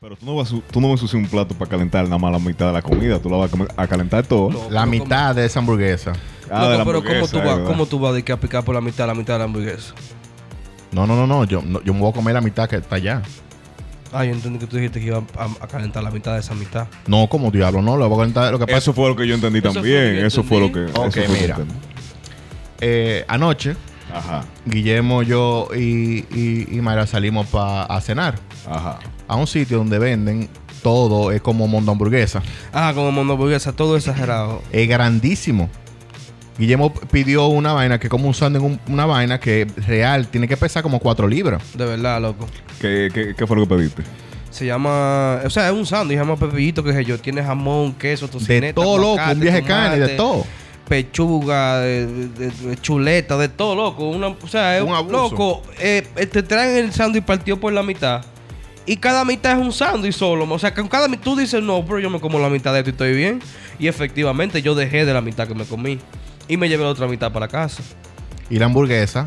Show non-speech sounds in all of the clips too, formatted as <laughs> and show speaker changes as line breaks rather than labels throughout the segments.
Pero tú no, vas a, tú no vas a usar un plato para calentar nada más la mitad de la comida. Tú la vas a comer- a calentar todo.
Loco,
La
pero
mitad de esa hamburguesa.
Ah,
Loco,
de la
pero ¿cómo tú,
hamburguesa,
vas,
¿verdad?
¿cómo tú vas de que a picar por la mitad, la mitad de la hamburguesa?
No, no, no, no. Yo, no, yo me voy a comer la mitad que está allá.
Ah, yo entendí que tú dijiste que iba a, a calentar la mitad de esa mitad.
No, como diablo, no. Lo voy a calentar. Lo que pasa
Eso fue lo que yo entendí
Eso fue lo que
también.
yo
Eso fue lo que.
entendí.
eso
Ok,
fue lo que
mira.
entendí.
eh, anoche,
Ajá,
Guillermo, yo y, y, y Mayra salimos pa- a cenar
ajá.
a un sitio donde venden todo. Es como mundo hamburguesa.
Ah, como mono hamburguesa, todo exagerado.
Es grandísimo. Guillermo pidió una vaina que es como un sándwich, un- una vaina que real tiene que pesar como 4 libras.
De verdad, loco.
¿Qué, qué, qué fue lo que pediste?
Se llama... O sea, es un sándwich, se llama pepillito, qué sé yo. Tiene jamón, queso, tocineta,
De todo loco,
aguacate,
un viaje de carne, de
tomate,
todo.
Pechuga, de, de- de chuleta, de todo, loco. Una, o sea, es
Un abuso.
Loco, eh, eh, te traen el sándwich partido por la mitad. Y cada mitad es un sándwich solo. O sea, que con cada mitad tú dices, no, pero yo me como la mitad de esto y estoy bien. Y efectivamente, yo dejé de la mitad que me comí. Y me llevé la otra mitad para casa.
Y la hamburguesa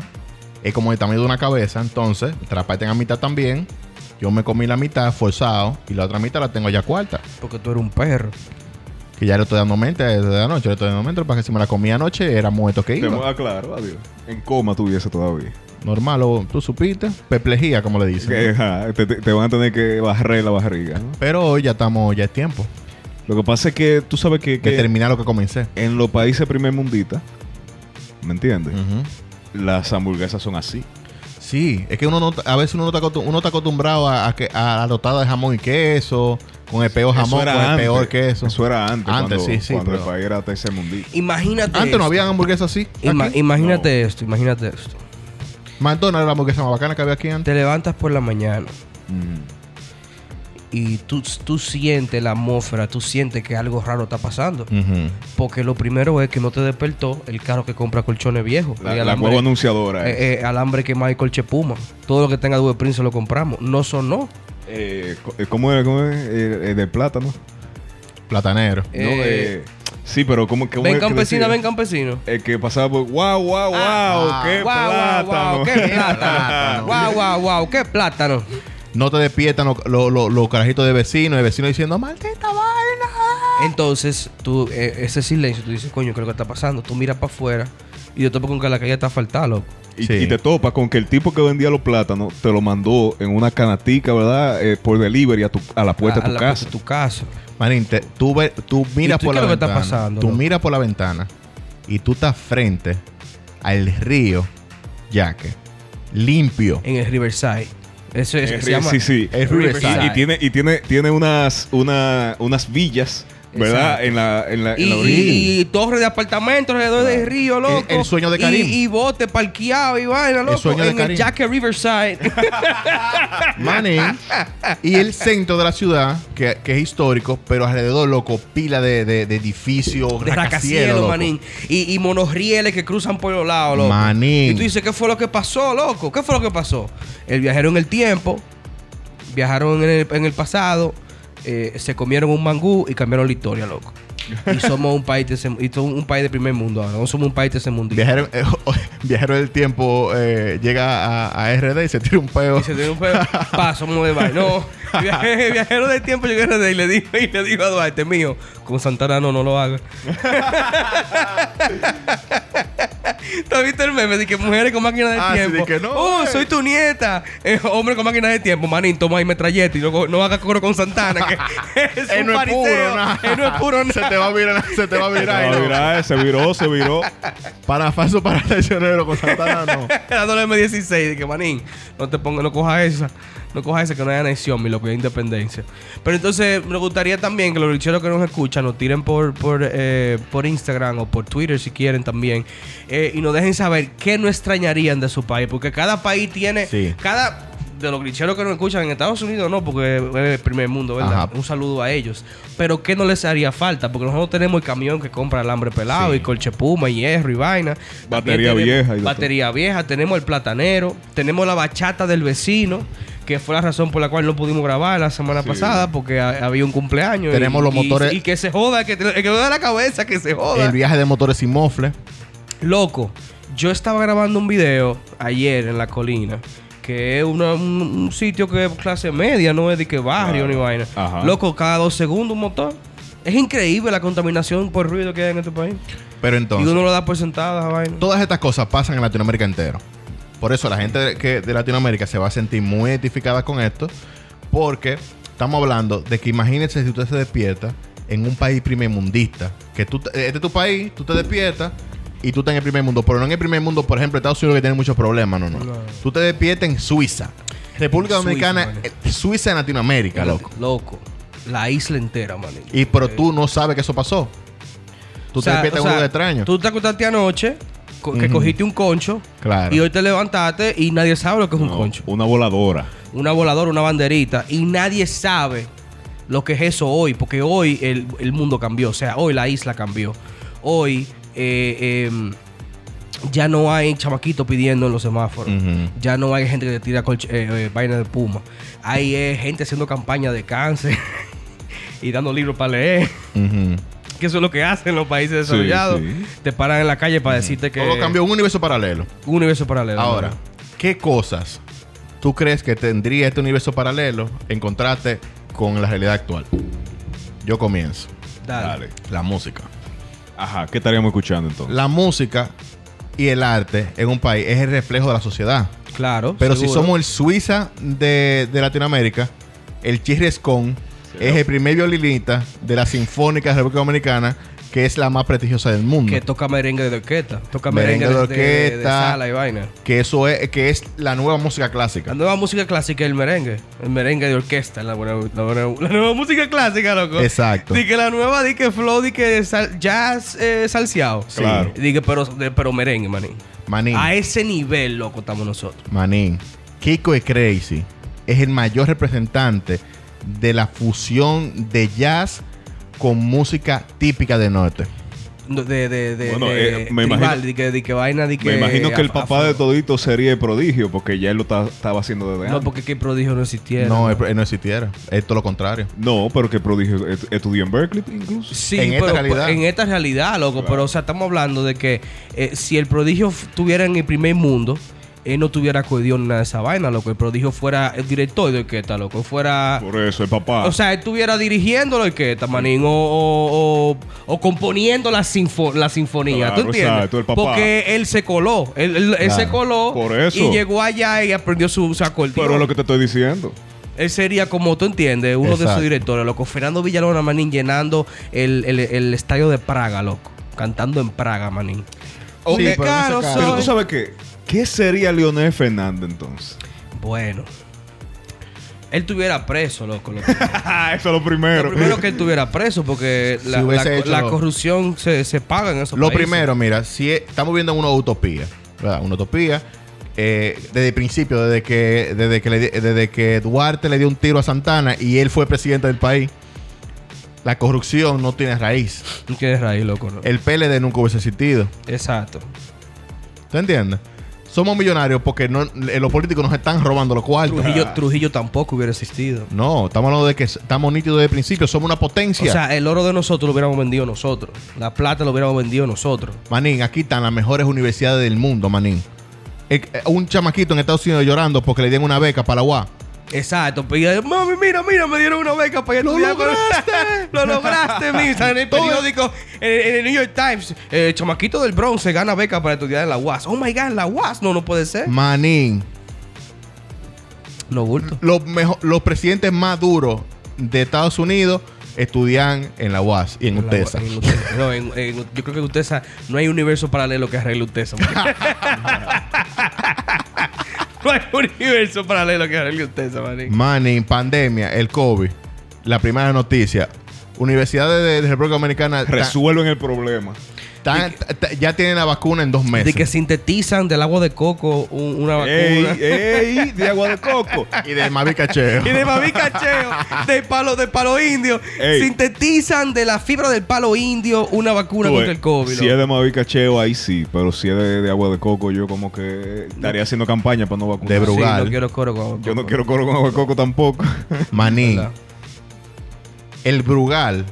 es como el tamaño de una cabeza. Entonces, te la parten a mitad también. Yo me comí la mitad forzado y la otra mitad la tengo ya cuarta.
Porque tú eres un perro.
Que ya le estoy dando mente desde anoche. Le estoy dando mente para que si me la comí anoche era muerto que
Te
iba.
muevas, claro, adiós. En coma tuviese todavía.
Normal, o tú supiste. Perplejía, como le dicen.
Que, ajá, te, te- te van a tener que barrer la barriga. ¿no?
Pero hoy ya estamos, ya es tiempo
Lo que pasa es que tú sabes que,
de
que
terminar lo que comencé.
en los países primer mundita, ¿me entiendes?
Ujú.
Mm.
Las hamburguesas son así.
Sí, es que uno no, a veces uno no está, acostum- uno está acostumbrado a, a que, a la dotada de jamón y queso, con el peor jamón, con el peor queso.
Eso era antes.
Antes,
cuando,
sí, sí,
Cuando el
pero-
país era tercer mundita.
Imagínate.
Antes no
esto.
había hamburguesas así.
Ima-
aquí.
imagínate esto, imagínate esto.
McDonald's era la hamburguesa más bacana que había aquí antes.
Te levantas por la mañana
Mm.
y tú, tú sientes la atmósfera, tú sientes que algo raro está pasando. Porque lo primero es que no te despertó el carro que compra colchones viejos.
La,
Y
la
alambre-
huevo anunciadora. eh.
eh, eh, alambre que Michael Chepuma. Todo lo que tenga Dube Prince lo compramos. No sonó.
Eh, co- eh, ¿Cómo era? ¿Cómo era? Eh, eh, de plátano.
Platanero.
Eh,
No, eh, sí, pero ¿cómo, cómo
Ven
es que
campesina,
decía?
ven campesino.
El que pasaba por wow, wow, wow,
Ah,
qué
Guau, guau,
plátano. <laughs>
guau, qué plátano.
plátano.
Guau, guau, guau, qué plátano.
No te despiertan los los- los- los carajitos de vecinos, el vecino diciendo, maldita vaina.
Entonces, tú, eh, ese silencio, tú dices, coño, creo que está pasando. Tú miras para afuera y yo topo con que la calle está asfaltada, loco.
Y,
Sí.
y te topas con que el tipo que vendía los plátanos te lo mandó en una canatica, ¿verdad? Eh, por delivery a, tu, a la puerta
A- a
de tu
la
casa.
puerta de tu casa.
Marín, te- tú, ve- tú miras
¿Y tú
por la
qué es lo que está
ventana.
pasando,
tú
loco?
miras por la ventana y tú estás frente al río Yaque.
<laughs>
Limpio.
en el Riverside. Eso es,
Eh,
se llama.
sí, sí.
Es
Y,
Riverside.
y tiene, y tiene, tiene unas, una- unas villas, ¿verdad?
Exacto.
En la, en la, en
Y,
la orilla.
y torre de apartamentos alrededor del río, loco.
El- el sueño de
Y-
Karim.
Y, bote parqueado y vaina, loco.
sueño de
en el
Karim.
Jack
<laughs>
Riverside.
Manín. y el centro de la ciudad, que, que es histórico, pero alrededor, loco, pila de, de, de edificios,
de
rascacielos,
rascacielos,
loco.
manín. Y, y monorrieles que cruzan por los lados, loco.
Manín.
Y tú dices, ¿qué fue lo que pasó, loco? ¿Qué fue lo que pasó? El viajero en el tiempo, viajaron en el, en el pasado, eh, se comieron un mangú y cambiaron la historia, loco. Y somos un país de ese- y somos un país de primer mundo ahora. No somos un país de ese mundo.
Viajero, eh, <laughs> viajero del tiempo eh, llega a, a RD y se tira un peo.
Y
<laughs>
se dio un pedo. Paso, me de vaina. No. Viaje- Viajero del tiempo llegué a y le dijo, y le dijo a Duarte "Este mío, con Santana no, no
<laughs>
lo haga. ¿Tú has visto el meme de que mujeres con máquinas de
Ah, sí, de
tiempo?
que no,
oh,
eh.
soy tu nieta. Eh, hombre con máquinas de tiempo, manín, toma ahí metralleta y luego no hagas coro con Santana.
<laughs>
Que <laughs> es
Eh,
un fariseo.
nada.
Eh, no es puro
<laughs> Se
nada.
te va a virar, se te va a
<laughs>
virar.
Ah,
¿no?
mira, se viró, se viró.
Para falso, para traicionero con Santana, no.
Dándole M16, de que manín, no te ponga, no coja esa, no coja esa que no hay anexión, mi loco, hay independencia. Pero entonces me gustaría también que los licheros que nos escuchan nos tiren por, por, eh, por Instagram o por Twitter si quieren también. eh, y nos dejen saber qué no extrañarían de su país. Porque cada país tiene,
Sí.
cada de los licheros que nos escuchan en Estados Unidos no, porque es el primer mundo, ¿verdad?
Ajá.
Un saludo a ellos. Pero qué no les haría falta, porque nosotros tenemos el camión que compra alambre pelado
Sí.
y colche puma y hierro y vaina. También
Batería
tenemos
vieja y de todo.
batería vieja, tenemos el platanero, tenemos la bachata del vecino, que fue la razón por la cual no pudimos grabar la semana
Sí.
pasada, porque ha- había un cumpleaños.
Tenemos
y-
los
y-
motores-
Y que se joda, que, te- que me da la cabeza, que se <laughs> joda.
El viaje de motores sin mofle.
Loco, yo estaba grabando un video ayer en la colina que es una- un, un sitio que es clase media, no es de que barrio ni vaina.
Ajá.
Loco, cada dos segundos un motor. Es increíble la contaminación por ruido que hay en este país.
Pero
y
entonces,
uno lo da por sentada, esa vaina.
todas estas cosas pasan en Latinoamérica entero. Por eso la gente de, que, de Latinoamérica se va a sentir muy identificada con esto, porque estamos hablando de que imagínense si usted se despierta en un país primermundista, que tú, te- este es tu país, tú te despiertas y tú estás en el primer mundo, pero no en el primer mundo, por ejemplo, Estados Unidos que tiene muchos problemas, no, no.
No.
Tú te despiertas en Suiza, República
Suiza,
Dominicana,
vale.
eh, Suiza en Latinoamérica, loco.
Loco. La isla entera, manito.
Y pero tú no sabes que eso pasó. Tú
O sea,
te despiertas
o
en un
sea,
lugar extraño.
Tú te acostaste anoche, co- que cogiste un concho.
Claro.
Y hoy te levantaste y nadie sabe lo que es un concho.
Una voladora.
Una voladora, una banderita. Y nadie sabe lo que es eso hoy. Porque hoy el, el mundo cambió. O sea, hoy la isla cambió. Hoy eh, em, ya no hay chamaquitos pidiendo en los semáforos.
Ujú.
Ya no hay gente que le tira colch- eh, eh, vaina de puma. Hay eh, gente haciendo campaña de cáncer <laughs> y dando libros para leer.
Ujú.
Que eso es lo que hacen los países desarrollados.
sí.
Te paran en la calle para decirte que.
Todo cambió un universo paralelo.
Un universo paralelo.
Ahora, ¿qué cosas tú crees que tendría este universo paralelo en contraste con la realidad actual? Yo comienzo.
Dale.
Dale.
La música.
Ajá, ¿qué estaríamos escuchando entonces?
La música y el arte en un país es el reflejo de la sociedad.
Claro.
Pero si
seguro.
somos el Suiza de, de Latinoamérica, el Chirrescon es el primer violinista de la Sinfónica de la República Dominicana, que es la más prestigiosa del mundo.
Que toca merengue de orquesta. Toca
Merengue
merengue,
de
de, de- de
orquesta.
sala y vaina.
Que eso es, que es la nueva música clásica.
La nueva música clásica es el merengue. El merengue de orquesta. La, buena- la buena- la nueva música clásica, loco.
Exacto.
Di que la nueva, di que flow, di que sal- jazz eh, salseado.
Sí.
Claro.
Di que pero, de- pero merengue, manín.
Manín.
A ese nivel, loco, estamos nosotros.
Manín, Kiko y Crazy es el mayor representante de la fusión de jazz con música típica del norte.
No, De, de, de,
Bueno,
de-
eh, me
tribal,
imagino-
di que, di que vaina, di que...
Me imagino que el
af-
papá
afro.
de todito sería el prodigio, porque ya él lo ta- estaba haciendo desde
No,
antes.
porque que el prodigio no existiera.
No, él, él no existiera. Es todo lo contrario.
No, pero que el prodigio est- estudió en Berkeley incluso.
Sí,
En esta
pero pues,
realidad.
en esta realidad, loco.
Claro.
Pero, o sea, estamos hablando de que eh, si el prodigio f- estuviera en el primer mundo, él no tuviera acordeón ni nada de esa vaina, loco. El prodigio fuera el director de orquesta, loco. Fuera.
Por ah. eso, el papá.
O sea, él estuviera dirigiendo la orquesta, manín, o, o, o- o componiendo la, sinfo- la sinfonía.
Claro,
¿Tú entiendes?
exacto, el papá.
Porque él se coló. Él, él- él se
Claro.
coló.
Por eso.
Y llegó allá y aprendió su, su acordeón.
pero es lo que te estoy diciendo.
Él sería como tú entiendes, uno de
Exacto.
esos directores, loco. Fernando Villalona, manín, llenando el, el- el estadio de Praga, loco. Cantando en Praga, manín.
Oh,
Qué
pero en
caro
ese caso-
Pero
soy.
tú sabes qué. ¿Qué sería Leonel Fernández entonces? <laughs>
Bueno. Él tuviera preso, loco.
<laughs>
loco.
eso es lo primero.
Lo primero que él tuviera preso, porque
Si
la,
hubiese
la-
hecho
la
lo-
corrupción se, se paga en esos
Lo
países.
primero, mira, si e- estamos viendo una utopía, ¿verdad? Una utopía. eh, desde el principio, desde que, desde, que le di- desde que Duarte le dio un tiro a Santana y él fue presidente del país, la corrupción no tiene raíz.
No tienes raíz, loco. ¿no?
El PLD nunca hubiese existido.
Exacto.
¿Tú entiendes? Somos millonarios porque no- eh, los políticos nos están robando los cuartos.
Trujillo, Trujillo tampoco hubiera existido.
No, estamos hablando de que s- estamos nítidos desde el principio. Somos una
O
potencia.
sea, el oro de nosotros lo hubiéramos vendido nosotros. La plata lo hubiéramos vendido nosotros.
Manín, aquí están las mejores universidades del mundo, Manín. El- eh, un chamaquito en Estados Unidos llorando porque le dieron una beca para la UA.
Exacto, pues, y, mami, mira, mira, me dieron una beca para ir a
¡Lo
estudiar".
lograste!
<laughs> Lo lograste, misa, en el periódico, en, en el New York Times, eh, chamaquito del Bronx se gana beca para estudiar en la UAS. Oh my God, la UAS, no, no puede ser.
Manín,
No bulto.
los, mejo- los presidentes más duros de Estados Unidos estudian en la UAS y en
En la
UTESA.
UAS, en Utesa. No, en- en- yo creo que en Utesa no hay universo paralelo que arregle Utesa. man. <laughs> no hay universo paralelo que arregle Utesa, manín.
Manín, pandemia, el COVID, la primera noticia. Universidades de, de República Dominicana ta-
Resuelven el problema.
tan- ta- ya tienen la vacuna en dos meses.
De que sintetizan del agua de coco un- una vacuna.
¡Ey, ey! De agua de coco.
Y de Mavi Cacheo.
<laughs> Y de mami cacheo, de palo, de palo indio.
Ey.
Sintetizan de la fibra del palo indio una vacuna
Tú ves,
contra el COVID.
Pues, Si
loco.
es de Mavicacheo, ahí sí. Pero si es de, de agua de coco, yo como que estaría haciendo campaña para no vacunar.
De bro-
Sí,
Brugal.
no quiero coro con-
yo no quiero coro con agua de coco
<laughs>
tampoco.
Manín,
¿Verdad?
el Brugal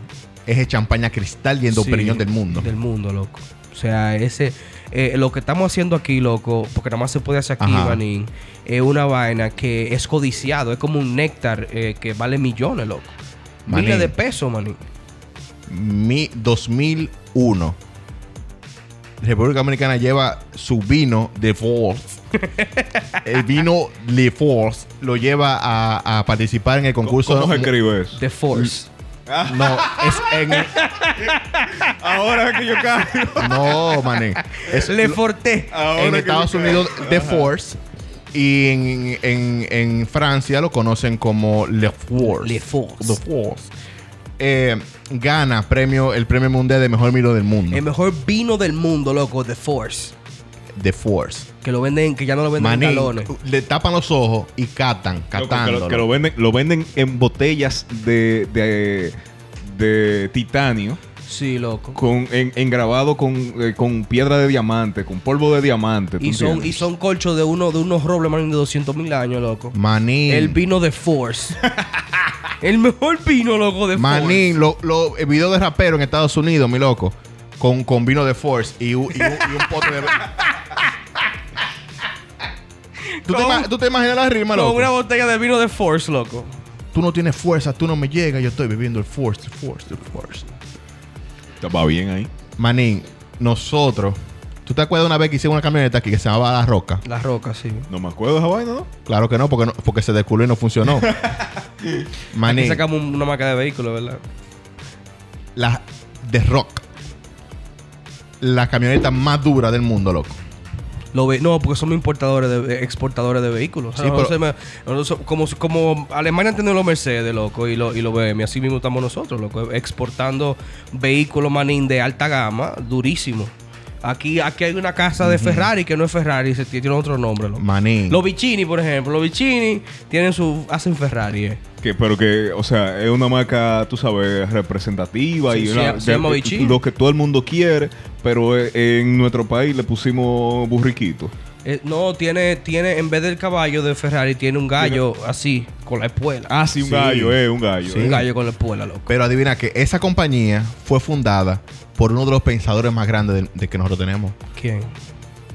es el champaña cristal y el
Sí,
Periñón del mundo.
Del mundo, loco. O sea, ese, eh, lo que estamos haciendo aquí, loco, porque nada más se puede hacer aquí,
Ajá.
Manín, es una vaina que es codiciado, es como un néctar eh, que vale millones, loco. Miles
Manín.
de pesos, Manín.
Mi 2001. República Dominicana lleva su vino de
<laughs>
Force. el vino de Force lo lleva a, a participar en el concurso.
¿Cómo se escribe eso?
The Force.
No, es
<laughs>
en.
Ahora que yo caigo.
No, mané. Es
Le
lo-
Forte.
Ahora
<laughs> en
que
Estados
yo caigo.
Unidos de Force. Y en, en- en Francia lo conocen como Le Force.
Le Force.
The Force. Eh, gana premio, el premio mundial de mejor vino del mundo.
El mejor vino del mundo, loco, The Force.
The Force.
Que lo venden, que ya no lo venden en
Manín,
galones.
le tapan los ojos y catan,
Loco, que,
catándolo.
lo, que lo venden, lo venden en botellas de, de, de titanio,
Sí, loco.
con, en, engrabado con, eh, con piedra de diamante, con polvo de diamante. ¿tú
Y son, y
entiendes?
son colchos de uno de unos robles, Manín, de 200 mil años, loco.
Manín.
El vino
<laughs>
de Force. el mejor vino, loco, de Force.
Manín, lo, lo- el video de rapero en Estados Unidos, mi loco. Con, con vino de Force y, u- y u- y un pote
<laughs>
de. ¿Tú, te
Con-
ima- tú te imaginas la rima,
Con
loco?
una botella de vino de Force, loco.
Tú no tienes fuerza, tú no me llegas, yo estoy viviendo el Force, el Force, el Force.
Va bien ahí.
Manín, nosotros. ¿Tú te acuerdas una vez que hicimos una camioneta aquí que se llamaba La Roca?
Las rocas, sí.
No me acuerdo de esa vaina, ¿no?
Claro que no, porque, no, porque se descubrió y no funcionó.
<laughs> Aquí
Manín.
sacamos un- una marca de vehículos, ¿verdad?
la de rock. La camioneta más dura del mundo, loco.
Lo ve- no, porque somos importadores de, de- exportadores de vehículos.
Sí,
Nosotros
pero-
me- nosotros como, como Alemania tiene los Mercedes, loco, y los y lo BM, así mismo estamos nosotros, loco, exportando vehículos manín de alta gama, durísimo. Aquí, aquí hay una casa de Ferrari que no es Ferrari, se tiene otro nombre, loco.
Manín.
Los Vicini, por ejemplo, los Vicini tienen su, hacen Ferrari, eh.
Que, pero que, o sea, es una marca, tú sabes, representativa
Sí,
y
se
una-
llama- se
de-
llama Vichy.
lo que todo el mundo quiere, pero eh, en nuestro país le pusimos burriquito.
Eh, no, tiene, tiene, en vez del caballo de Ferrari, tiene un gallo así, con la espuela. Ah,
Ah, sí, un
Sí.
gallo, eh, un gallo.
Sí.
Un
eh.
gallo con la espuela, loco.
Pero adivina que esa compañía fue fundada por uno de los pensadores más grandes de, de que nosotros tenemos,
¿Quién?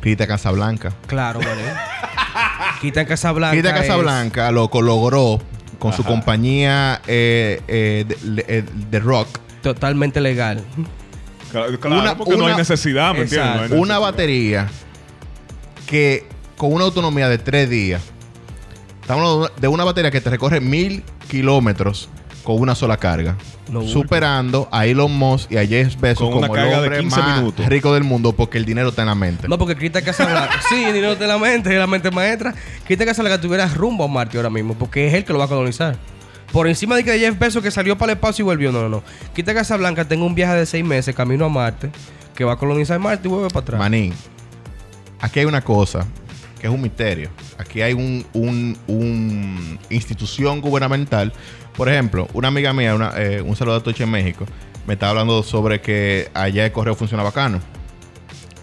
Rita Casablanca. <laughs>
Claro, manín. Quitan Casablanca.
Rita
es-
Casablanca, loco, logró con su compañía eh, eh, de, le- eh, de rock
Totalmente legal.
Claro, claro,
Una-
porque no
una-
hay necesidad, ¿me entiendes? No hay
Exacto.
una
necesidad.
batería que con una autonomía de tres días. Estamos hablando de una batería que te recorre mil kilómetros con una sola carga.
No, bueno.
superando a Elon Musk y a Jeff Bezos
Con una
como el
carga de
hombre
15
más
minutos.
rico del mundo porque el dinero está en la mente.
No, porque Crita
<laughs>
Casablanca. sí, el dinero de la mente, la mente maestra. Crita Casablanca tuviera rumbo a Marte ahora mismo, porque es él que lo va a colonizar. Por encima de que Jeff Bezos que salió para el espacio y volvió. No, no, no. Crita Casablanca tengo un viaje de seis meses camino a Marte, que va a colonizar Marte y vuelve para atrás.
Manín, aquí hay una cosa que es un misterio. Aquí hay un, un- un institución gubernamental. Por ejemplo, una amiga mía, una, eh, un saludo a Toche en México, me estaba hablando sobre que allá el correo funciona bacano.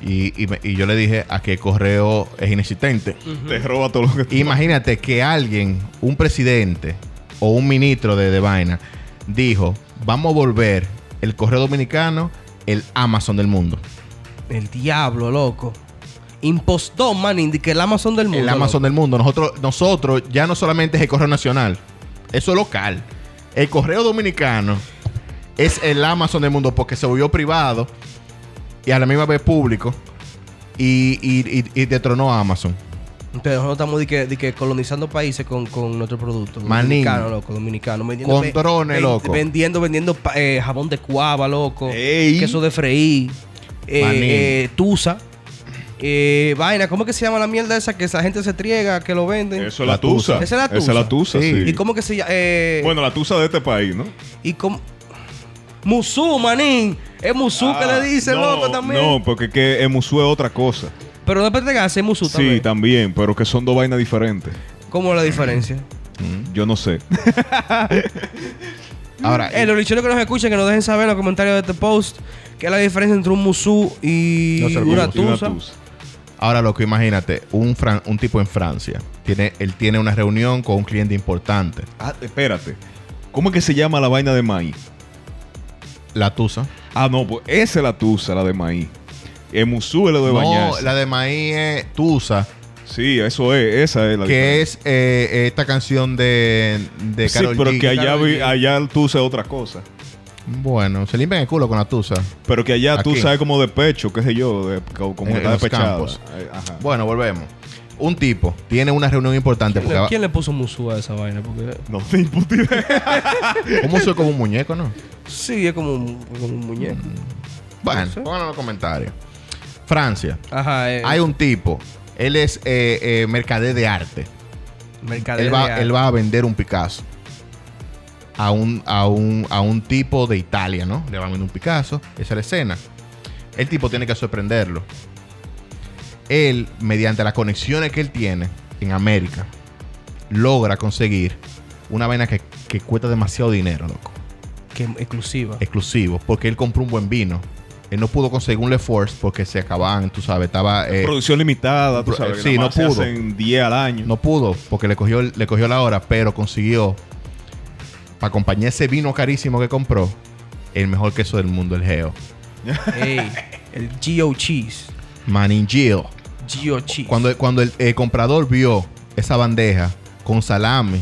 Y, y me- y yo le dije a que el correo es inexistente.
Te roba todo lo que tú-
Imagínate que alguien, un presidente o un ministro de, de vaina, dijo, vamos a volver el correo dominicano el Amazon del mundo.
El diablo, loco. Impostó, man, que el Amazon del mundo.
el Amazon
loco.
del mundo. Nosotros, nosotros ya no solamente es el correo nacional, eso es local. El correo dominicano es el Amazon del mundo porque se volvió privado y a la misma vez público y, y, y- y detronó a Amazon.
Entonces nosotros estamos de que, de que colonizando países con, con nuestro producto.
Manín.
Dominicano, loco, dominicano. Vendiendo,
Con drones,
ven-
loco.
Vendiendo, vendiendo pa- eh, jabón de cuava, loco.
Ey.
Queso de freír. eh,
Manín.
eh, tusa. eh, vaina, ¿cómo es que se llama la mierda esa que esa gente se triega, que lo venden?
Eso es
La
la tusa.
tusa. Esa es la
Esa es la
tusa.
tusa, sí.
¿Y cómo que se llama? Eh,
Bueno, la tusa de este país, ¿no?
¿Y cómo? Musú, manín. Es Musú que
Ah,
le dice,
no,
loco, también.
No, porque es que Emusú es otra cosa.
Pero no te es Musú también.
Sí, también, pero que son dos vainas diferentes.
¿Cómo es la diferencia?
Yo no sé.
Ahora,
Eh, los licheros que nos escuchan, que nos dejen saber en los comentarios de este post qué es la diferencia entre un musú y
No sé,
una
Y una
tusa.
tusa.
Ahora, loco, imagínate, un, fran- un tipo en Francia. Tiene, él tiene una reunión con un cliente importante.
Ah, espérate. ¿Cómo es que se llama la vaina de maíz?
La Tusa.
Ah, no, pues esa es la tusa, la de maíz. Es musú es lo de
No,
bañarse.
la de maíz es Tusa,
Sí, eso es. Esa es la
que es eh, esta canción de, de
diferencia.
Karol
Sí, pero
G.
que allá,
Karol
vi-
G.
allá tú usas otra cosa.
Bueno, se limpian el culo con la Tusa.
Pero que allá tú
Aquí.
sabes como de pecho, qué sé yo, de, como, como
En-
está
en los
despechado.
campos.
Eh, Ajá.
Bueno, volvemos. Un tipo tiene una reunión importante.
¿Quién le,
Porque
quién le puso musú a esa vaina? Porque
No <laughs> te imputé.
¿Cómo soy como un muñeco, no?
sí, es como un, como
Mm.
un muñeco.
Bueno,
No sé.
pónganlo en los comentarios. Francia.
Ajá, eh,
Hay un tipo. Él es eh, eh, mercader de arte.
mercader
Él
de
va,
arte.
él va a vender un Picasso. A un, a, un, a un tipo de Italia, ¿no? Le va a vender un Picasso. Esa es la escena. El tipo tiene que sorprenderlo. Él, mediante las conexiones que él tiene en América, logra conseguir una vaina que, que cuesta demasiado dinero, loco.
Que es
<laughs>
exclusiva.
Exclusivo. Porque él compró un buen vino. Él no pudo conseguir un Le Force porque se acababan, tú sabes, estaba... eh,
Producción limitada, tú sabes. que
sí,
nada
no
más se
pudo.
hacen 10 al año.
No pudo porque le cogió, le cogió la hora, pero consiguió, para acompañar ese vino carísimo que compró, el mejor queso del mundo, el Geo.
Ey, el Geo Cheese.
Maningio.
Geo Cheese.
Cuando, cuando el, el comprador vio esa bandeja con salami,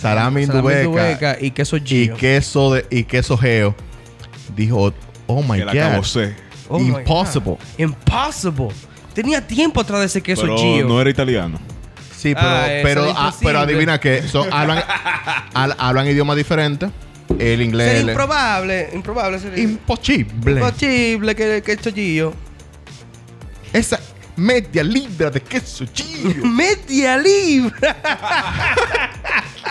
salami,
Salami
indubeca,
Dubeca y queso
y
Gio.
queso, de, y queso Geo, dijo, oh my
que la
God,
cabocé.
Oh my
impossible.
God. Impossible. Tenía tiempo atrás de ese queso
Pero
Gio.
no era italiano.
Sí, pero,
Ah, eso
pero,
era
ah,
imposible.
pero adivina que
<laughs>
hablan, al- hablan idiomas diferentes. El inglés...
Sería
el-
improbable, improbable sería
Imposible.
imposible que, que esto Gio.
Esa media libra de queso chillo.
Media libra. <laughs>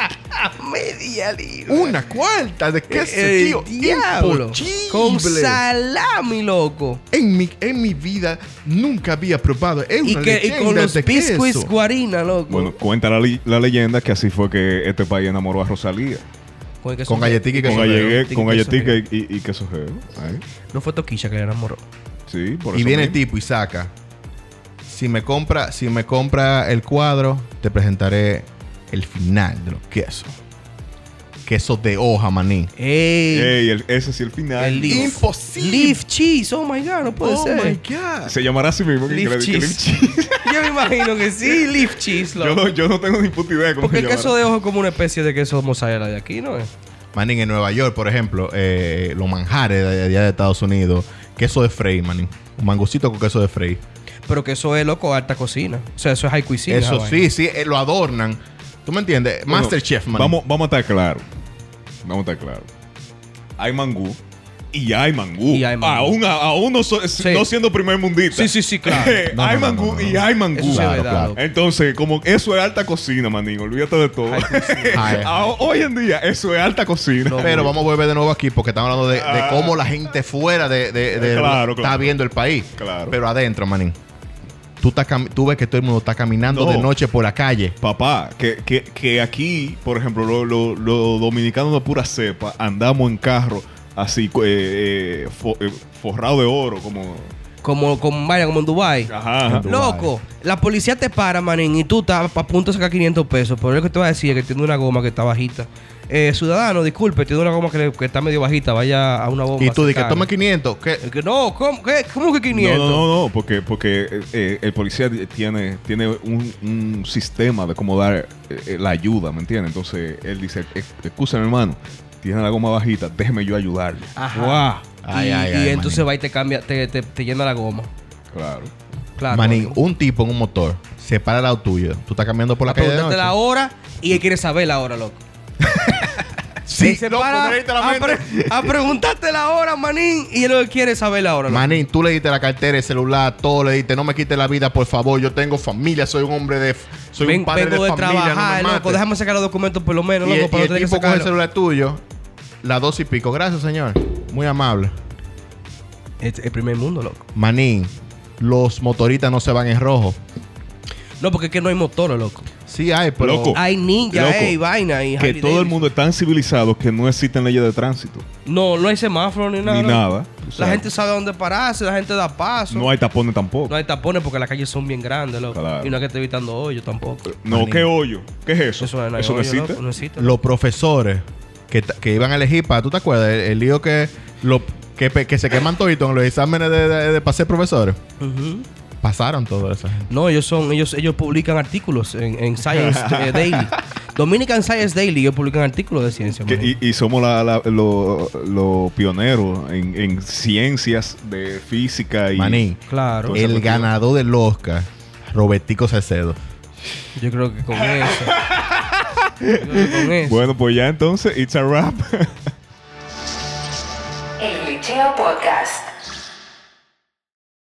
Media libra.
Una cuarta de queso
El
chillo.
diablo.
Imposible.
Con salami, loco.
En mi, en mi vida nunca había probado es
Y,
una
que, y con
leyenda
los
de
biscuits
queso.
guarina, loco.
Bueno, cuenta la, li- la leyenda que así fue que este país enamoró a Rosalía.
con, el queso
Con
Gio.
galletica y
Con,
queso.
gallegue-
queso
con galletica
geo.
y, y, y queso geo. Ahí.
No fue Toquilla que le enamoró.
Sí, por
Y
eso
viene el
mismo.
tipo y saca. Si me compra, si me compra el cuadro, te presentaré el final de los quesos. Quesos de hoja, maní.
Ey.
Ey, el- ese sí el final.
El leaf.
Imposible.
Leaf cheese. Oh my God, no puede
oh
ser. <laughs>
my God.
Se llamará así mismo. que
Leaf
creo que
cheese. Yo me imagino que sí, leaf cheese,
Yo,
loco.
no, yo no tengo ni puta idea de cómo
Porque
se
el queso
llamará.
de ojo es como una especie de queso mozzarella de aquí, ¿no?
Manín, en Nueva York, por ejemplo, eh, los manjares de allá de Estados Unidos, queso de Frey, manín. Un mangocito con queso de Frey.
Pero que eso es, loco, alta cocina. O sea, eso es high cuisine. esa
Eso
vaina.
sí, sí, eh, lo adornan. ¿Tú me entiendes?
Bueno,
Masterchef, manín.
Vamos, vamos a estar claros. Vamos a estar claros. Hay mangú. Y hay mangú.
Y hay mangú.
Aún, a- aún no, so-
Sí.
no siendo primer mundista.
Sí, sí,
<laughs>
sí, claro.
Eh,
No, no,
hay
no,
mangú
no, no,
y
no.
hay mangú.
Eso sí
Claro,
es verdad.
claro.
loco.
Entonces, como eso es alta cocina, manín, olvídate de todo. <laughs>
Ay,
Ah, Hoy en día, eso es alta cocina.
No. Ah.
Pero vamos a volver de nuevo aquí porque estamos hablando de, de cómo la gente fuera de, de- de-
Claro,
está
claro.
viendo el país.
Claro.
Pero adentro, manín. Tú, estás cam- tú ves que todo el mundo está caminando
No.
de noche por la calle.
Papá, que, que, que aquí, por ejemplo, los lo, lo dominicanos de pura cepa, andamos en carro así, co- eh, eh, fo- eh, forrado de oro, como...
Como, como, vaya, como en Dubai.
Ajá, ajá.
Dubái.
Loco, la policía te para, manín, y tú estás a punto de sacar 500 pesos. Pero lo que te va a decir es que tiene una goma que está bajita. Eh, ciudadano, disculpe, tiene una goma que, le- que está medio bajita. Vaya a una bomba.
Y tú dices,
cercana.
toma 500. ¿qué?
Es que No, ¿cómo, qué, ¿cómo que 500?
No, no, no, no, porque, porque eh, eh, el policía tiene, tiene un, un sistema de cómo dar eh, eh, la ayuda, ¿me entiendes? Entonces él dice, escúchame hermano, tiene la goma bajita, déjeme yo ayudarle.
Ajá.
Ay,
y
ay,
y
ay,
entonces
manín.
va y te cambia, te, te, te llena la goma.
Claro.
Claro.
Manín, un tipo en un motor se para al lado tuyo. Tú estás caminando por uh, la
la
calle. de
preguntaste
noche.
la hora y él quiere saber la hora, loco.
Sí,
Él se
loco,
para Ah,
me leíste la
a,
mente.
pre- a preguntarte la hora, manín, y él lo que quiere es saber la hora, loco.
Manín, tú le diste la cartera, el celular, todo, le diste, no me quite la vida, por favor, yo tengo familia, soy un hombre de... Soy
Ven-
un padre
vengo
de,
de,
familia,
trabajar,
no me
loco.
mates.
Déjame sacar los documentos por lo menos,
y,
loco,
y
para no
el
tener que
tipo coge el
sacarlo.
celular tuyo, las dos y pico. Gracias, señor. Muy amable.
Es el primer mundo, loco.
Manín, los motoristas no se van en rojo.
No, porque es que no hay motores, loco.
Sí hay, pero...
Loco.
Hay ninja,
Oh, Loco,
hay vaina, y
que
Harley
todo el
Davidson.
mundo es tan civilizado que no existen leyes de tránsito,
No, no hay semáforo ni nada.
ni
loco.
nada. O
La
sea,
gente sabe dónde pararse, la gente da paso.
No hay tapones tampoco.
No hay tapones porque las calles son bien grandes, loco.
Claro. Eh,
Y no es que esté evitando hoyos tampoco.
No,
Manín.
¿qué hoyo? ¿Qué es eso?
Eso no, hay
¿Eso no
hoyo,
existe?
loco, no existe.
Los profesores que, ta- que iban a elegir para... ¿Tú te acuerdas? El, el lío que... Lo, que, pe- que se queman toditos en los exámenes de, de, de para ser profesores.
Ujú.
Pasaron todo eso.
No, ellos son, ellos, ellos publican artículos en, en Science
<laughs>
eh, Daily. Dominican Science Daily, ellos publican artículos de ciencia.
Que-
mano.
y, y somos la- la- los los pioneros en, en ciencias de física y
Manín,
claro.
Pues,
el ganador del Oscar, Robertico Salcedo.
Yo creo que con eso. Yo creo que con eso.
Bueno, pues <laughs> ya entonces, it's a wrap.
El Liceo Podcast.